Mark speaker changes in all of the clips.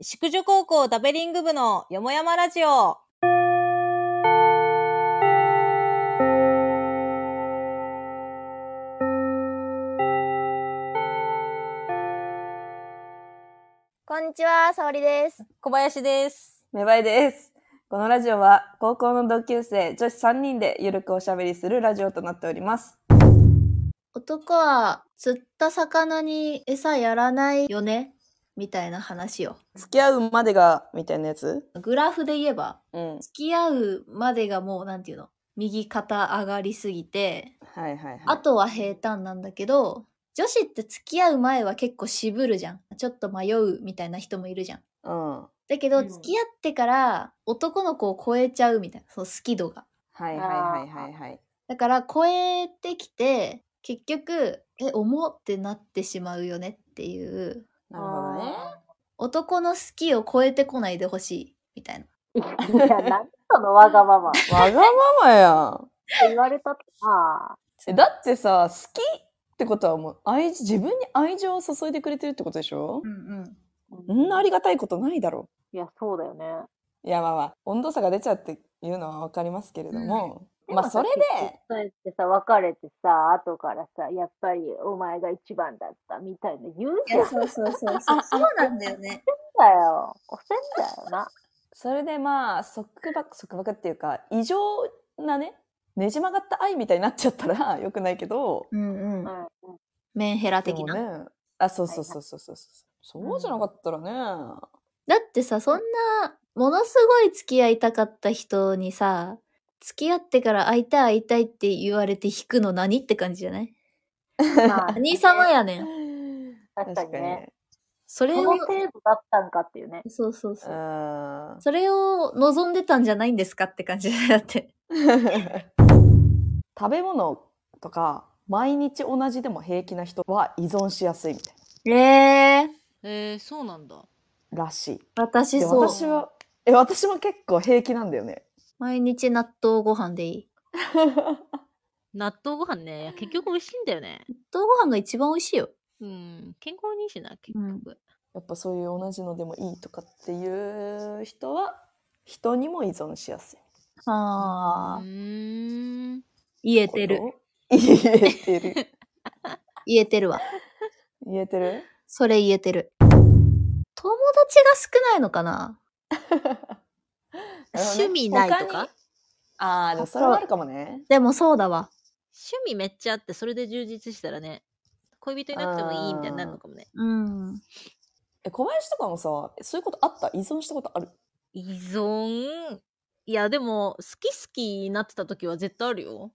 Speaker 1: 宿女高校ダベリング部のよもやまラジオ。
Speaker 2: こんにちは、沙織です。
Speaker 1: 小林です。
Speaker 3: 芽生えです。このラジオは高校の同級生女子3人でゆるくおしゃべりするラジオとなっております。
Speaker 2: 男は釣った魚に餌やらないよねみたいな話を。
Speaker 3: 付き合うまでがみたいなやつ
Speaker 2: グラフで言えば、
Speaker 3: うん。
Speaker 2: 付き合うまでがもう、なんていうの右肩上がりすぎて、
Speaker 3: はいはいはい。
Speaker 2: あとは平坦なんだけど、女子って付き合う前は結構渋るじゃん。ちょっと迷うみたいな人もいるじゃん。
Speaker 3: うん。は
Speaker 2: だけど、
Speaker 1: うん
Speaker 2: 付き合ってから男の子を超えちゃうみたいな、その好き度が。
Speaker 3: いはいはいはいはい。
Speaker 2: だから超えてきて結局え重ってなってしまうよねっていう
Speaker 3: なるほどね。
Speaker 2: 男の好きを超えてこないでほしいみたいな。
Speaker 4: いや、なんそのわがまま。
Speaker 3: わがままやん。
Speaker 4: 言われたってな。
Speaker 3: え、だってさ、好きってことはもう愛、自分に愛情を注いでくれてるってことでしょ
Speaker 2: んうん、
Speaker 3: そんなありがたいことないだろ
Speaker 4: いや、そうだよね。
Speaker 3: う。いやまあまあ、温度差が出ちゃうっていうのはわかりますけれども。
Speaker 4: も
Speaker 3: ま
Speaker 4: さ
Speaker 3: あそれで、。
Speaker 4: そうやってさ、別れてさ、後からさ、やっぱりお前が一番だったみたいな言うじゃんだ
Speaker 2: そうそうそうそうそうなんだよね。
Speaker 4: よ。おせんだよな。
Speaker 3: それでまあ束縛束縛っていうか異常なねねじ曲がった愛みたいになっちゃったらよくないけど
Speaker 2: うんうん。
Speaker 4: うんうん。
Speaker 2: メンヘラ的
Speaker 3: で
Speaker 2: な。
Speaker 3: もねあそうそうそうそうそうそう、そうじゃなかったらね、
Speaker 2: だってさそんなものすごい付き合いたかった人にさ付き合ってから会いたい会いたいって言われて引くの何って感じじゃない
Speaker 4: まあ、
Speaker 2: 何様やねん。
Speaker 4: 確かにね。
Speaker 2: それ
Speaker 4: こ
Speaker 2: を
Speaker 4: の程度だったんかっていうね。
Speaker 2: そうそう
Speaker 3: 確
Speaker 2: そう。
Speaker 3: か
Speaker 2: それを望んでたんじゃないんですかって感じだって。
Speaker 3: にうん食べ物とか毎日同じでも平気な人は依存しやすいみたい
Speaker 2: ええ
Speaker 1: えー、そうなんだ。
Speaker 3: ならしい
Speaker 2: 私
Speaker 3: で
Speaker 2: そう。
Speaker 3: 私はえ私も結構平気なんだよね
Speaker 2: 毎日納豆ご飯でいい。
Speaker 1: 納豆ご飯ね、いや結局美味しいんだよね。
Speaker 2: 納豆ご飯が一番美味しいよ。
Speaker 1: うん、健康にいいしな、結局。
Speaker 3: やっぱそういう同じのでもいいとかっていう人は人にも依存しやすい。
Speaker 2: ああ、
Speaker 1: ん。
Speaker 2: 言えてる。。
Speaker 3: 言えてる。
Speaker 2: 言えてるわ。
Speaker 3: 言 えてる
Speaker 2: それ言えてる。友達が少ないのかな
Speaker 3: なるほどね
Speaker 1: 趣味ないとか
Speaker 3: 他にああ、でもそれはあるかもね。
Speaker 2: でもそうだわ。
Speaker 1: 趣味めっちゃあって、それで充実したらね、恋人いなくてもいいみたいになるのかもね。
Speaker 2: うん。
Speaker 3: え、小林とかもさ、そういうことあった依存したことある
Speaker 1: 依存。いや、でも、好き好きになってた時は絶対あるよ。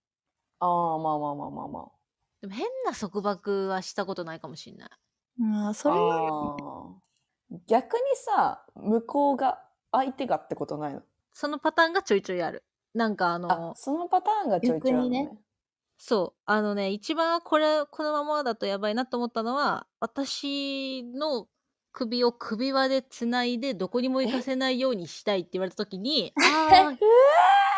Speaker 3: ああ、まあまあまあまあまあ。
Speaker 1: でも変な束縛はしたことないかもしんない。
Speaker 2: ああ、それは
Speaker 3: あー逆にさ、向こうが、相手がってことないの
Speaker 1: そのパターンがちょいちょいある。なんかあ
Speaker 3: あ
Speaker 1: の、、
Speaker 3: そのパターンがちょいちょいあるのね
Speaker 2: 逆。
Speaker 1: そう、あのね、一番これ、このままだとやばいなと思ったのは、私の首を首輪でつないで、どこにも行かせないようにしたいって言われた時に、 あ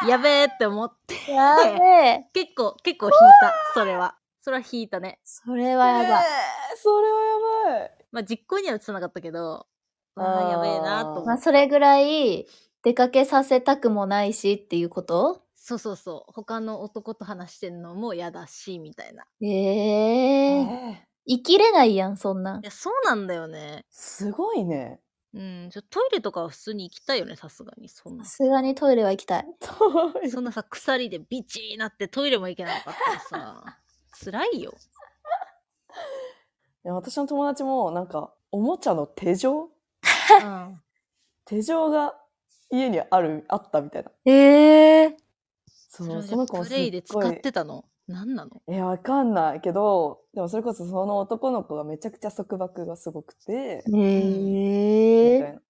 Speaker 1: ー やべえって思って、
Speaker 2: やべえ。
Speaker 1: 結構、結構引いた、それは。それは引いたね。
Speaker 2: それはやばい。
Speaker 3: えーそれはやばい。
Speaker 1: まあ、実行には移さなかったけど、ああ、やべえなと思
Speaker 2: ま
Speaker 1: っ
Speaker 2: あ、
Speaker 1: て。
Speaker 2: それぐらい出かけさせたくもないしっていうこと
Speaker 1: そうそうそう。他の男と話してんのも嫌だし、みたいな。
Speaker 2: え
Speaker 3: え
Speaker 2: え
Speaker 3: ー
Speaker 2: 生きれないやん、そんなん
Speaker 1: い。や、そうなんだよね。
Speaker 3: すごい ね。
Speaker 1: うん、ちょトイレとかは普通に行きたいよね、さすがに。そんな
Speaker 2: さ。すがにトイレは行きたい。
Speaker 3: 遠い
Speaker 1: そんなさ、鎖でビチーなってトイレも行けなかったら さ、辛いよ。
Speaker 3: いや私の友達もなんかおもちゃの手錠
Speaker 1: うん、
Speaker 3: 手錠が家にあるあったみたいな
Speaker 2: ええ
Speaker 3: そ
Speaker 1: れ
Speaker 3: う
Speaker 1: をじゃあ
Speaker 3: その子も
Speaker 1: プ
Speaker 3: すっ
Speaker 1: レイで使
Speaker 3: ご
Speaker 1: っ
Speaker 3: い
Speaker 1: てたの何なの
Speaker 3: いやわかんないけどでもそれこそその男の子がめちゃくちゃ束縛がすごくて
Speaker 2: え
Speaker 3: み
Speaker 2: え
Speaker 3: たいな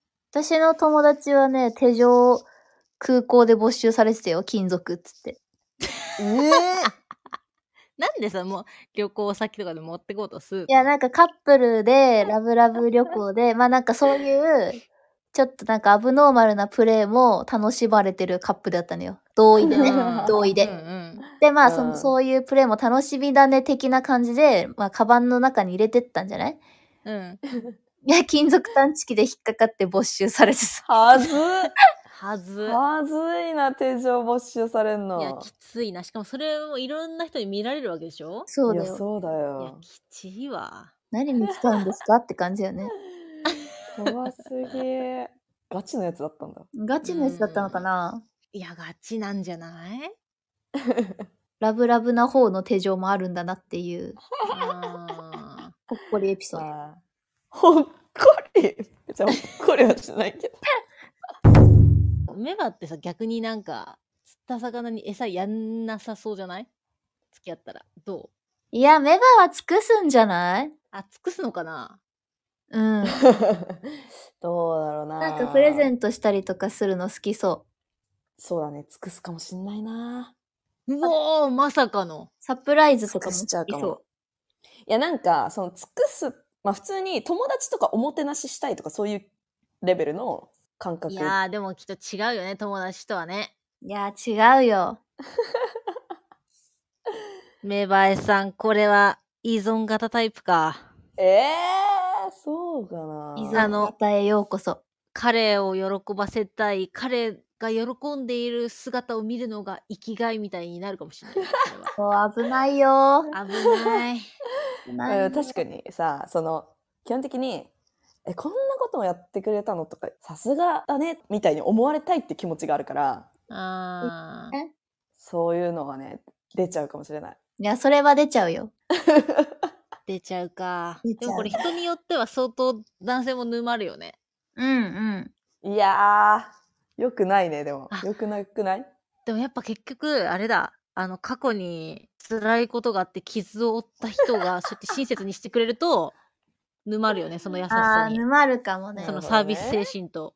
Speaker 2: 私の友達はね、手錠空港で没収されてたよ、金属っつって。
Speaker 3: え
Speaker 1: なんでさ、もう旅行先とかで持ってこうとする
Speaker 2: いや、なんかカップルで、ラブラブ旅行で、まあなんかそういう、ちょっとなんかアブノーマルなプレーも楽しまれてるカップルだったのよ。同意でね
Speaker 1: うん。
Speaker 2: 同意
Speaker 1: う
Speaker 2: で。
Speaker 1: ん
Speaker 2: で、まあ
Speaker 3: うん
Speaker 2: その、そういうプレーも楽しみだね的な感じで、まあカバンの中に入れてったんじゃない
Speaker 1: うん。うん。
Speaker 2: いや、金属探知機で引っかかって没収されてさ。
Speaker 3: はずい。
Speaker 1: はず。
Speaker 3: はずいな、手錠没収されんの。
Speaker 1: いや、きついな。しかもそれをいろんな人に見られるわけでしょ
Speaker 2: そうだ
Speaker 3: いや
Speaker 2: よ。
Speaker 3: そうだ
Speaker 1: いや
Speaker 3: よ、。
Speaker 1: きちいわ。
Speaker 2: 何に使うんですかって感じだよね。
Speaker 3: 怖すぎ。ガチのやつだったんだ。
Speaker 2: ガチのやつだったのかない
Speaker 1: や、ガチなんじゃない
Speaker 2: ラブラブな方の手錠もあるんだなっていう、
Speaker 1: あ
Speaker 2: ほっこりエピソード。
Speaker 3: まあ、ほっこり。じゃあほっこりはしないけど。
Speaker 1: ーメバってさ、逆になんか、釣った魚に餌やんなさそうじゃない付き合ったら。どう
Speaker 2: いや、メバは尽くすんじゃない
Speaker 1: あ、尽くすのかな
Speaker 2: うん。
Speaker 3: どうだろうな。
Speaker 2: なんかプレゼ
Speaker 3: ン
Speaker 2: ントしたりとかするの好きそ
Speaker 3: そうだね、尽くすかもしんないな。
Speaker 1: うおー、まさかの。
Speaker 2: う。サプライズとかも
Speaker 3: 尽く
Speaker 2: 好
Speaker 3: し
Speaker 2: き
Speaker 3: ちゃうか
Speaker 2: そ
Speaker 3: も。いや、なんか、その、尽くす、まあ普通に友達とかおもてなししたいとかそういうレベルの感覚。
Speaker 1: いやー、でもきっと違うよね、友達とはね。
Speaker 2: う。いや、違うよ。
Speaker 1: メバエさん、これは依存型タイプか。
Speaker 3: ええー、そうかな。
Speaker 2: 依
Speaker 1: あ
Speaker 2: 存
Speaker 1: の
Speaker 2: 型へようこそ。
Speaker 1: 彼を喜ばせたい彼が喜んでいる姿を見るのが生きがいみたいになるかもしれないそ
Speaker 2: そう、危ないよ
Speaker 1: れ。は危ない
Speaker 2: 危
Speaker 3: ま
Speaker 2: な
Speaker 3: あ
Speaker 2: い
Speaker 3: で
Speaker 2: よ
Speaker 3: も確かにさその基本的に「えこんなこともやってくれたの?」とか「さすがだね」みたいに思われたいって気持ちがあるから
Speaker 1: あー
Speaker 3: そういうのがね出ちゃうかもしれない。
Speaker 2: いや、それは出ちゃうよ。
Speaker 1: 出ちゃうか
Speaker 2: 出ち
Speaker 1: で
Speaker 2: ゃう
Speaker 1: もこれ人によっては相当男性も沼るよね
Speaker 2: うんうん。
Speaker 3: いやーよくないねでも
Speaker 1: あ
Speaker 3: よくなくない
Speaker 1: でもやっぱ結局あれだあの過去に辛いことがあって傷を負った人がそうやって親切にしてくれると沼るよねその優し
Speaker 2: あ
Speaker 1: さ
Speaker 2: あ、
Speaker 1: に
Speaker 2: 沼るかもね
Speaker 1: そ。の
Speaker 3: なるほどね
Speaker 1: サービス精神と、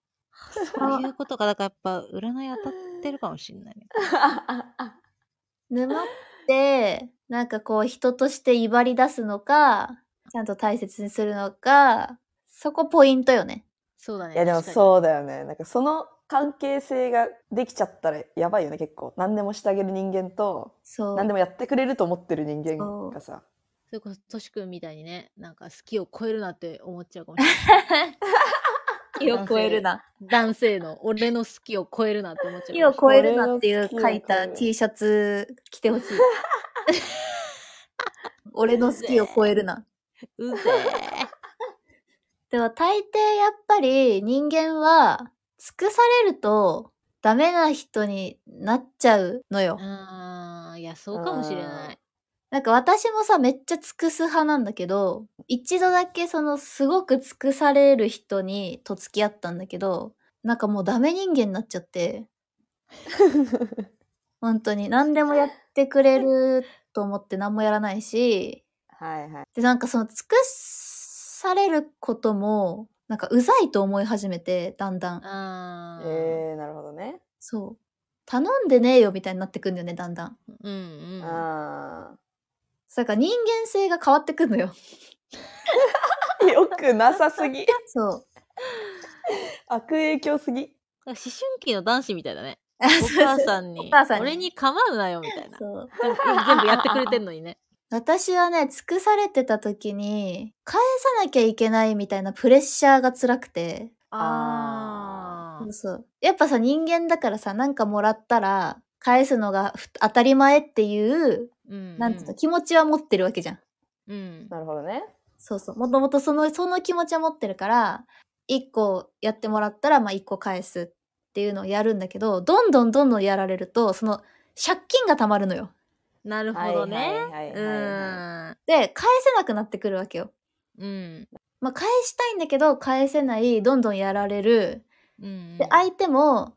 Speaker 1: そういうことがだからやっぱ占い当たってるかもしれないね
Speaker 2: 沼って、なんかこう人として威張り出すのか、ちゃんと大切にするのか、そこポイントよね。
Speaker 1: そうだね
Speaker 3: いやでも
Speaker 1: 確かに
Speaker 3: そうだよねなんかその関係性ができちゃったらやばいよね結構何でもしてあげる人間と
Speaker 2: そう。
Speaker 3: 何でもやってくれると思ってる人間がさ
Speaker 1: それこそ、としくんみたいにね、なんか好きを超えるなって思っちゃうかもし れない。
Speaker 2: 木を超えるな。
Speaker 1: 男性の、俺の好きを超えるなって思っちゃう
Speaker 2: 木を
Speaker 1: かもし
Speaker 2: 超えるなっていう書い
Speaker 3: 俺の好
Speaker 2: た
Speaker 3: きを超える
Speaker 2: T シャツ着てほしい。俺の好きを超えるな。
Speaker 1: れない。うぜ
Speaker 2: でも大抵やっぱり人間は尽くされるとダメな人になっちゃうのよ
Speaker 1: え。。あー、いや、そうかもしれない。
Speaker 2: なんか私もさ、めっちゃ尽くす派なんだけど、一度だけそのすごく尽くされる人にと付き合ったんだけど、なんかもうダメ人間になっちゃって、本当に何でもやってくれると思って何もやらないし、
Speaker 3: はいはい
Speaker 2: で、なんかその尽くされることも、なんかうざいと思い始めて、だんだん。
Speaker 1: あー。
Speaker 3: えー、なるほどね
Speaker 2: そう。頼んでねえよみたいになってくんだよね、だんだん。
Speaker 1: うんうん。
Speaker 3: あ
Speaker 2: そうだから人間性が変わってくんのよ。
Speaker 3: ーよくなさすぎ
Speaker 2: そう。
Speaker 3: 悪影響すぎ。
Speaker 1: 思春期の男子みたいだね。
Speaker 2: あ
Speaker 1: お母さんに、
Speaker 2: お母さんに
Speaker 1: 俺に構うなよ、みたいな。
Speaker 2: そう。
Speaker 1: 全部全部やってくれてんのにね。
Speaker 2: 私はね、尽くされてた時に、返さなきゃいけないみたいなプレッシャーが辛くて。
Speaker 1: あ
Speaker 2: そうそう。やっぱさ、人間だからさ、なんかもらったら、返すのがふ当たり前っていう、
Speaker 1: ー。
Speaker 2: なんつうの、
Speaker 1: き
Speaker 2: 気持ちは持ってるわけじゃん。
Speaker 1: うん。
Speaker 3: なるほどね。
Speaker 2: そうそう。もともとその、その気持ちは持ってるから、一個やってもらったら、まあ一個返すっていうのをやるんだけど、どんどんどんどんやられると、その、借金が溜まるのよ。
Speaker 1: なるほどね。
Speaker 3: はいはい
Speaker 1: う
Speaker 3: はいは
Speaker 1: ん。
Speaker 2: で、返せなくなってくるわけよ。
Speaker 1: うん。
Speaker 2: まあ、返したいんだけど返せないどんどんやられる
Speaker 1: うん
Speaker 2: で。相手も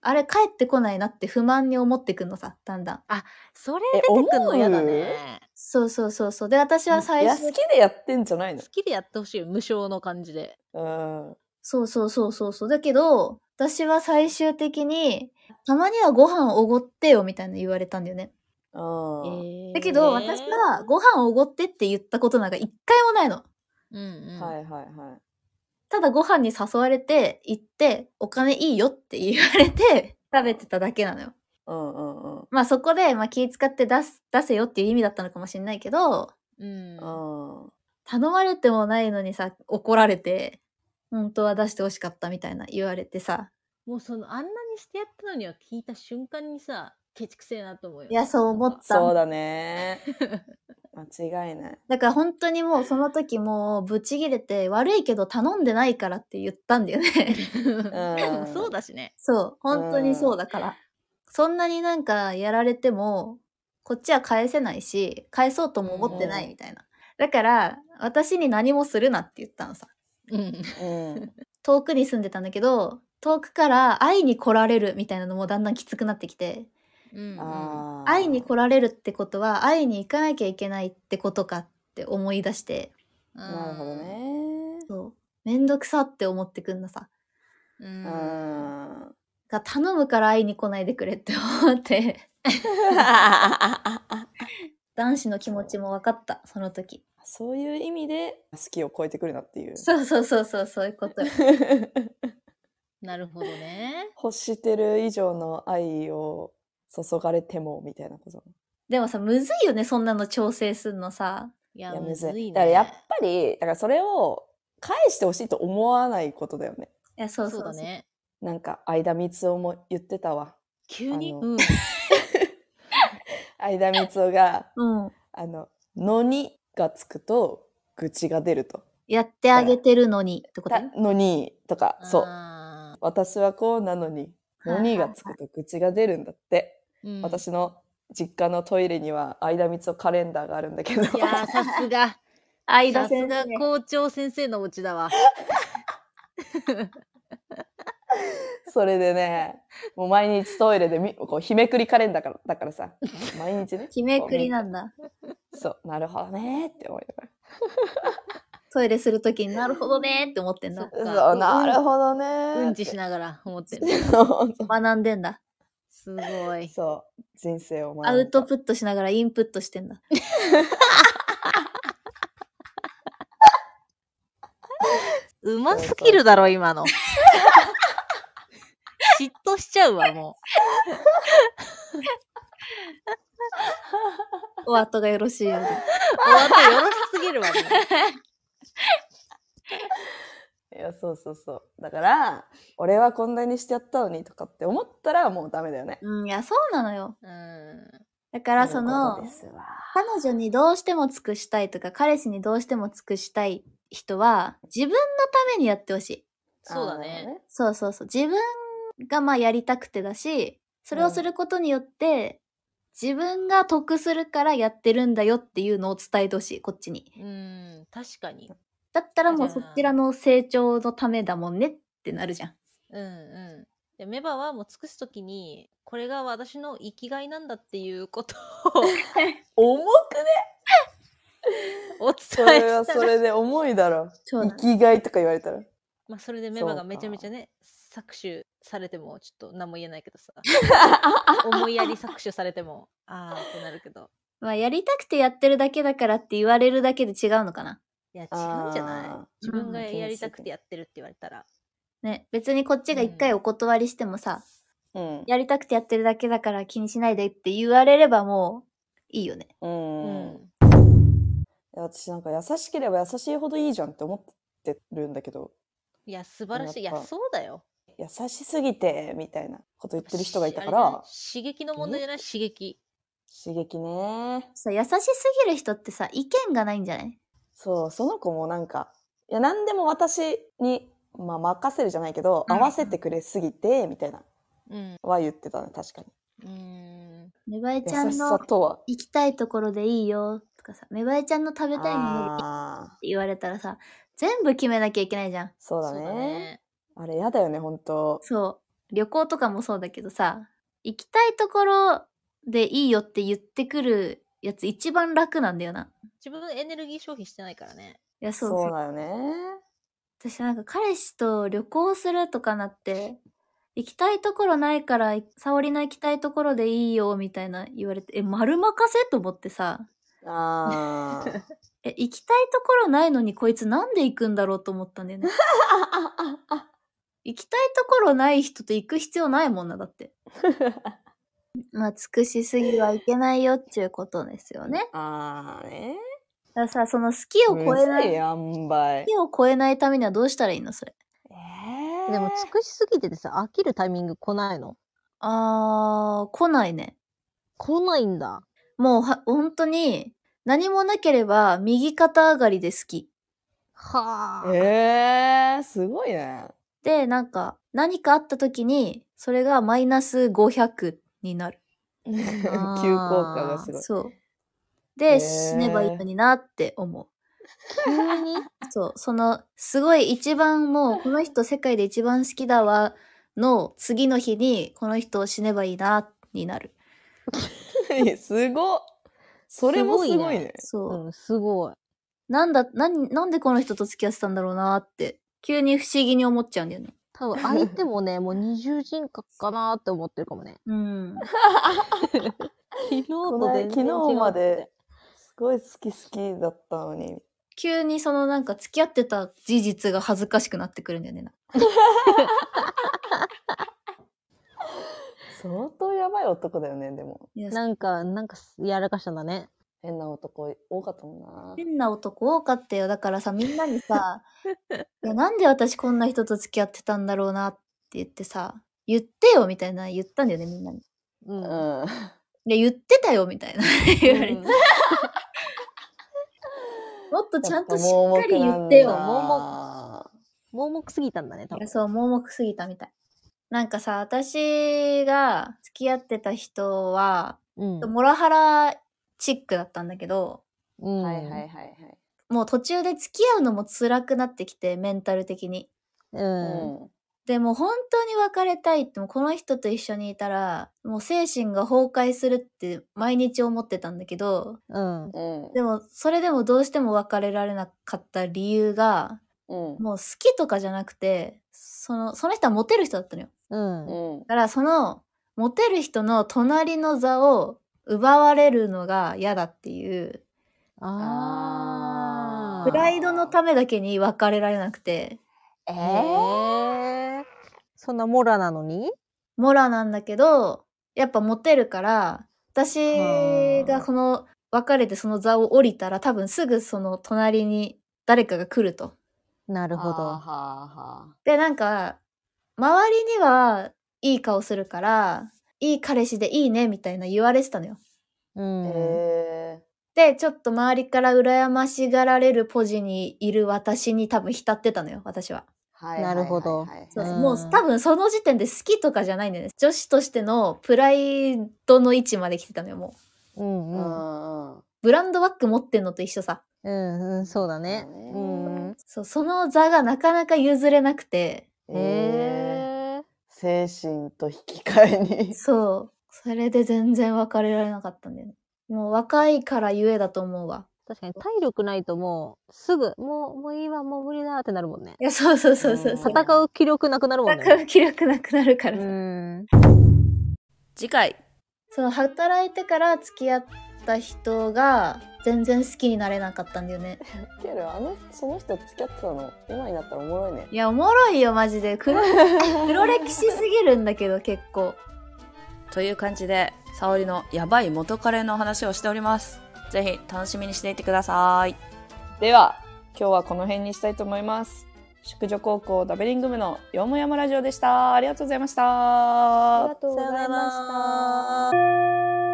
Speaker 2: あれ返ってこないなって不満に思ってくんのさだんだん
Speaker 1: それ
Speaker 3: え
Speaker 1: 出てくん
Speaker 3: 思
Speaker 1: の
Speaker 3: う。
Speaker 1: 嫌だね。
Speaker 2: そうそうそうそうで私はい
Speaker 3: い
Speaker 2: 最
Speaker 3: や、
Speaker 2: 初
Speaker 3: 好きでやってんじゃないの
Speaker 1: 好きでやってほしいよ無償の感じで
Speaker 3: うん。
Speaker 2: そうそうそうそうそうだけど私は最終的にたまにはご飯おごってよみたいな言われたんだよね
Speaker 3: うん。
Speaker 2: だけど私はご飯おごってって言ったことなんか一回もないの
Speaker 1: うんうん、
Speaker 3: はいはいは
Speaker 2: ただご飯に誘われて行ってお金いいよって言われて 食べてただけなのよ
Speaker 3: い。うんうんうん。
Speaker 2: まあそこで、まあ、気使って出す出せよっていう意味だったのかもしれないけど
Speaker 1: うん、
Speaker 3: うん。
Speaker 2: 頼まれてもないのにさ、怒られて、本当は出してほしかったみたいな言われてさ。
Speaker 1: もうそのあんなにしてやったのには聞いた瞬間にさケチくせえなと思うよ
Speaker 2: いや、そう思っ
Speaker 3: そう
Speaker 2: た。
Speaker 3: だね。間違いない。
Speaker 2: だから本当にもうその時もうぶち切れて悪いけど頼んでないからって言ったんだよね。
Speaker 1: うん
Speaker 3: うん
Speaker 1: そうだしね
Speaker 2: そう、本当にそうだから。そんなになんかやられても、こっちは返せないし、返そうとも思ってな
Speaker 3: う
Speaker 2: い
Speaker 3: ん
Speaker 2: みたいな。だから、私に何もするなって言ったのさ。
Speaker 1: うん
Speaker 3: うん。
Speaker 2: 遠くに住んでたんだけど、遠くから会いに来られるみたいなのもだんだんきつくなってきて、
Speaker 1: うんうん
Speaker 3: あー
Speaker 2: 会いに来られるってことは、会いに行かなきゃいけないってことかって思い出して、
Speaker 3: なるほどね。
Speaker 2: そう、めんどくさって思ってくんのさ。
Speaker 1: う
Speaker 3: うんん。
Speaker 2: が頼むから会いに来ないでくれって思って、男子の気持ちも分かった、その時。
Speaker 3: そういう意味で好きを超えてくるなっていう。
Speaker 2: そうそうそうそう、そういうことよ。
Speaker 1: なるほどね
Speaker 3: 欲してる以上の愛を注がれてもみたいなこと。
Speaker 2: でもさ、むずいよね、そんなの調整すんのさ。
Speaker 1: いや
Speaker 3: いや
Speaker 1: む
Speaker 3: む
Speaker 1: ず
Speaker 3: ず
Speaker 1: い
Speaker 3: い
Speaker 1: ね
Speaker 3: だからやっぱりだからそれを返してほしいと思わないことだよね。
Speaker 2: いや、そう
Speaker 1: そ
Speaker 2: そうう
Speaker 1: だ。ね
Speaker 3: なんか相田光雄も言ってたわ。
Speaker 1: 急に
Speaker 3: あの
Speaker 1: うん
Speaker 3: 相田光雄が
Speaker 2: うん。
Speaker 3: あの「のに」がつくと愚痴が出ると。
Speaker 2: やってあげてるのに、ってこと
Speaker 3: た
Speaker 2: ね
Speaker 3: のにとかそう
Speaker 1: あ
Speaker 3: 私はこうなのに「
Speaker 2: はい
Speaker 3: のに」がつくと愚痴が出るんだって。
Speaker 1: ーうん
Speaker 3: 私の実家のトイレには相田光雄カレンダーがあるんだけど
Speaker 1: いやーさすが
Speaker 2: 相
Speaker 1: さ
Speaker 2: 田
Speaker 1: す
Speaker 2: 先
Speaker 1: が
Speaker 2: 生。
Speaker 1: 校長先生のお家だわ
Speaker 3: それでねもう毎日トイレでみこう日めくりカレンダーからだからさ毎日 ね
Speaker 2: 日めくりなんだ。
Speaker 3: そうなるほどねーって思い
Speaker 2: トイレするときになるほどねーって思ってんだ。
Speaker 3: な
Speaker 1: そ
Speaker 3: が
Speaker 1: っか
Speaker 3: らそうなるほどねー
Speaker 1: うん
Speaker 3: って
Speaker 1: ちしながら思ってる
Speaker 3: そう
Speaker 2: 学んでんだ。
Speaker 1: すごい
Speaker 3: そう人生を学んだ
Speaker 2: アウトプットしながらインプットしてんだ。
Speaker 1: うますぎるだろ今の嫉妬しちゃうわも
Speaker 2: お後がよろしいようで。
Speaker 1: う終わってよろしすぎるわもう
Speaker 3: いやそうそうそうだから俺はこんなにしてやったのにとかって思ったらもうダメだよね
Speaker 2: うん、いや、そうなのよ。
Speaker 1: うん
Speaker 2: だから、そ
Speaker 3: ということ
Speaker 2: の
Speaker 3: で、すわ
Speaker 2: 彼女にどうしても尽くしたいとか、彼氏にどうしても尽くしたい人は、自分のためにやってほしい。
Speaker 1: そうだね。
Speaker 2: そうそうそう。自分がまあやりたくてだし、それをすることによって、自分が得するからやってるんだよっていうのを伝えてほしい、こっちに。
Speaker 1: うん、確かに。
Speaker 2: だったらもう
Speaker 1: そう
Speaker 2: そ
Speaker 1: だな
Speaker 2: ちらの成長のためだもんねってなるじゃん。
Speaker 1: うんうん。で、メバはもう尽くすときに、これが私の生きがいなんだっていうこと
Speaker 3: 重くね
Speaker 1: をお
Speaker 3: そ
Speaker 1: 伝え
Speaker 3: れは
Speaker 1: した
Speaker 3: そ
Speaker 1: ら、
Speaker 3: れで重いだろ
Speaker 2: そう
Speaker 3: 生
Speaker 2: だね。
Speaker 3: きがいとか言われたら
Speaker 1: まあ、それでメバが
Speaker 3: そうか
Speaker 1: めちゃめちゃね、搾取されても、ちょっと何も言えないけど さ、思いやり搾取されても、あーってなるけど。
Speaker 2: まあやりたくてやってるだけだからって言われるだけで違うのかな。
Speaker 1: いや、違うんじゃ
Speaker 3: あ
Speaker 1: な
Speaker 3: ー
Speaker 1: い自分が
Speaker 2: うん
Speaker 1: やりたくてやってるって言われたら。
Speaker 2: ね。別にこっちが一回お断りしてもさ、
Speaker 3: うん
Speaker 2: やりたくてやってるだけだから気にしないでって言われればもういいよね。
Speaker 3: う、
Speaker 1: うんん。
Speaker 3: 私なんか優しければ優しいほどいいじゃんって思ってるんだけど
Speaker 1: いや、素晴らしい。い
Speaker 3: やっぱ
Speaker 1: や、そうだよ。
Speaker 3: 優しすぎてみたいなこと言ってる人がいたか
Speaker 1: あれじゃな
Speaker 3: ら
Speaker 1: い刺激の問題じゃない刺激。
Speaker 3: 刺激ね
Speaker 2: さ、優しすぎる人ってさ、意見がないんじゃない
Speaker 3: そうその子もなんかいや何でも私に、まあ、任せるじゃないけど
Speaker 1: うん
Speaker 3: 合わせてくれすぎてみたいな
Speaker 1: うん。
Speaker 3: は言ってたね確かに
Speaker 1: うん。
Speaker 2: めばえちゃ
Speaker 3: 優
Speaker 2: ん
Speaker 3: し
Speaker 2: の
Speaker 3: さとは
Speaker 2: 行きたいところでいいよとかさ、めばえちゃんの食べたいものでいいっ
Speaker 3: ああ
Speaker 2: て言われたらさ、全部決めなきゃいけないじゃん。
Speaker 3: そうだねあれやだよね本当
Speaker 2: そう。旅行とかもそうだけどさ、行きたいところでいいよって言ってくるやつ一番楽なんだよな。
Speaker 1: 自分エネルギー消費してないからね。
Speaker 2: いや、そう
Speaker 3: そう
Speaker 2: そう
Speaker 3: だよね
Speaker 2: 私なんか彼氏と旅行するとかなって、行きたいところないから、沙織の行きたいところでいいよみたいな言われて、え、丸任せと思ってさ、
Speaker 3: あー
Speaker 2: え、行きたいところないのにこいつなんで行くんだろうと思ったんだよね。行きたいところない人と行く必要ないもんな、だって。まあ、尽くしすぎはいけないよっていうことですよね。
Speaker 3: あーね
Speaker 2: からさ、その好きを超えな
Speaker 3: む
Speaker 2: い、
Speaker 3: ずい
Speaker 2: 好
Speaker 3: やんばい。
Speaker 2: きを超えないためにはどうしたらいいのそれ。
Speaker 3: えー
Speaker 1: でも尽くしすぎててさ飽きるタイミング来ないの
Speaker 2: あー、来ないね。
Speaker 1: 来ないんだ
Speaker 2: もうは、本当に、何もなければ右肩上がりで好き。
Speaker 1: はあ、
Speaker 3: えー、すごいね。
Speaker 2: で、なんか、何かあった時に、それがマイナス500になる。
Speaker 3: 急降下がすごい。
Speaker 2: そう。
Speaker 3: へ
Speaker 2: で、
Speaker 3: ー
Speaker 2: 死ねばいいのになって思う。
Speaker 1: 急に
Speaker 2: そう、その、すごい一番もう、この人世界で一番好きだわ、の次の日に、この人を死ねばいいな、になる。
Speaker 3: すごっそれもすごいね。
Speaker 2: そう。
Speaker 1: うんすごい
Speaker 2: なんだ、なん、なんでこの人と付き合ってたんだろうなって、急に不思議に思っちゃうんだよね。
Speaker 1: 多分相手もね もう二重人格かなって思ってるかもね
Speaker 2: うん。
Speaker 1: 昨日
Speaker 3: ことの
Speaker 1: 全
Speaker 3: 昨
Speaker 1: 然違う
Speaker 3: 日まですごい好き好きだったのに。
Speaker 2: 急にそのなんか付き合ってた事実が恥ずかしくなってくるんだよね。
Speaker 3: 相当やばい男だよね、でも。
Speaker 2: いや
Speaker 1: なんかなんかやらかしたんだね
Speaker 3: 変な男多かったもんな。
Speaker 2: 変な男多かったよ。だからさ、みんな にさ、いやなんで私こんな人と付き合ってたんだろうなって言ってさ、言ってよみたいな言ったんだよね、みんなに。
Speaker 1: うん、
Speaker 3: うん。
Speaker 2: で、言ってたよみたいな言われて、
Speaker 1: うん
Speaker 2: もっとちゃんとしっかり言って
Speaker 3: やっぱ
Speaker 2: よ。
Speaker 3: 盲目なんだ
Speaker 1: 盲目すぎたんだね多
Speaker 2: いや
Speaker 1: 分
Speaker 2: そう、盲目すぎたみたい。なんかさ、私が付き合ってた人は、
Speaker 1: うん
Speaker 2: モラハラチックだったんだけど、
Speaker 1: うん
Speaker 3: はいはいはいはい。
Speaker 2: もう途中で付き合うのも辛くなってきて、メンタル的に。
Speaker 1: うん
Speaker 2: でもう本当に別れたいって、もうこの人と一緒にいたら、もう精神が崩壊するって毎日思ってたんだけど、
Speaker 1: うん
Speaker 3: うん。
Speaker 2: でもそれでもどうしても別れられなかった理由が、
Speaker 3: うん。
Speaker 2: もう好きとかじゃなくて、その、その人はモテる人だったのよ。
Speaker 1: うん
Speaker 3: う
Speaker 1: うん
Speaker 3: ん。
Speaker 2: だからその、モテる人の隣の座を奪われるのが嫌だっていう、
Speaker 1: あ
Speaker 3: ー
Speaker 2: プライドのためだけに別れられなくて、
Speaker 1: え
Speaker 3: え
Speaker 1: ー、そんなモラなのに
Speaker 2: モラなんだけど、やっぱモテるから、私がこの、別れてその座を降りたら多分すぐその隣に誰かが来ると。
Speaker 1: なる
Speaker 3: な
Speaker 1: ほ
Speaker 3: は
Speaker 1: ど。
Speaker 3: あはあ。
Speaker 2: で、なんか、周りにはいい顔するから、いい彼氏でいいねみたいな言われてたのよ。
Speaker 1: うん
Speaker 3: え
Speaker 2: で、ちょっと周りから羨ましがられるポジにいる私に多分浸ってたのよ、私は。
Speaker 3: ーはい
Speaker 1: なるほど
Speaker 3: はいはいはい
Speaker 2: そう
Speaker 1: うん
Speaker 2: もう多分その時点で好きとかじゃないんだよね。女子としてのプライドの位置まで来てたのよ、もう。
Speaker 1: うん
Speaker 3: う
Speaker 1: うん
Speaker 3: んうん。
Speaker 2: ブランドバッグ持ってんのと一緒さ。
Speaker 1: うんうんそうだね。
Speaker 3: そうだね
Speaker 1: うん
Speaker 2: そう、その座がなかなか譲れなくて、
Speaker 3: え
Speaker 1: え
Speaker 3: ー、精神と引き換えに。
Speaker 2: そう、それで全然別れられなかったんだよね。もう若いからゆえだと思うわ。
Speaker 1: 確かに体力ないともうすぐもうもういいわもう無理だってなるもんね。
Speaker 2: いや、そうそうそうそうそ
Speaker 3: う
Speaker 2: う。
Speaker 3: ん
Speaker 1: 戦う気力なくなるもん
Speaker 2: 戦
Speaker 1: ね。
Speaker 2: う気力なくなるか
Speaker 1: う
Speaker 2: らさ。
Speaker 1: ん。
Speaker 3: 次回。
Speaker 2: その働いてから付き合った人が全然好きになれなかったんだよね。
Speaker 3: けど、あの、その人付き合ってたの、今になったらおもろいね。
Speaker 2: いや、おもろいよ、マジで。黒黒歴史すぎるんだけど、結構。
Speaker 5: という感じで、沙織のやばい元彼の話をしております。ぜひ楽しみにしていてください。
Speaker 3: では、今日はこの辺にしたいと思います。宿女高校ダベリング部のよもやまラジオでした。ありがとうございました。
Speaker 4: とうございました。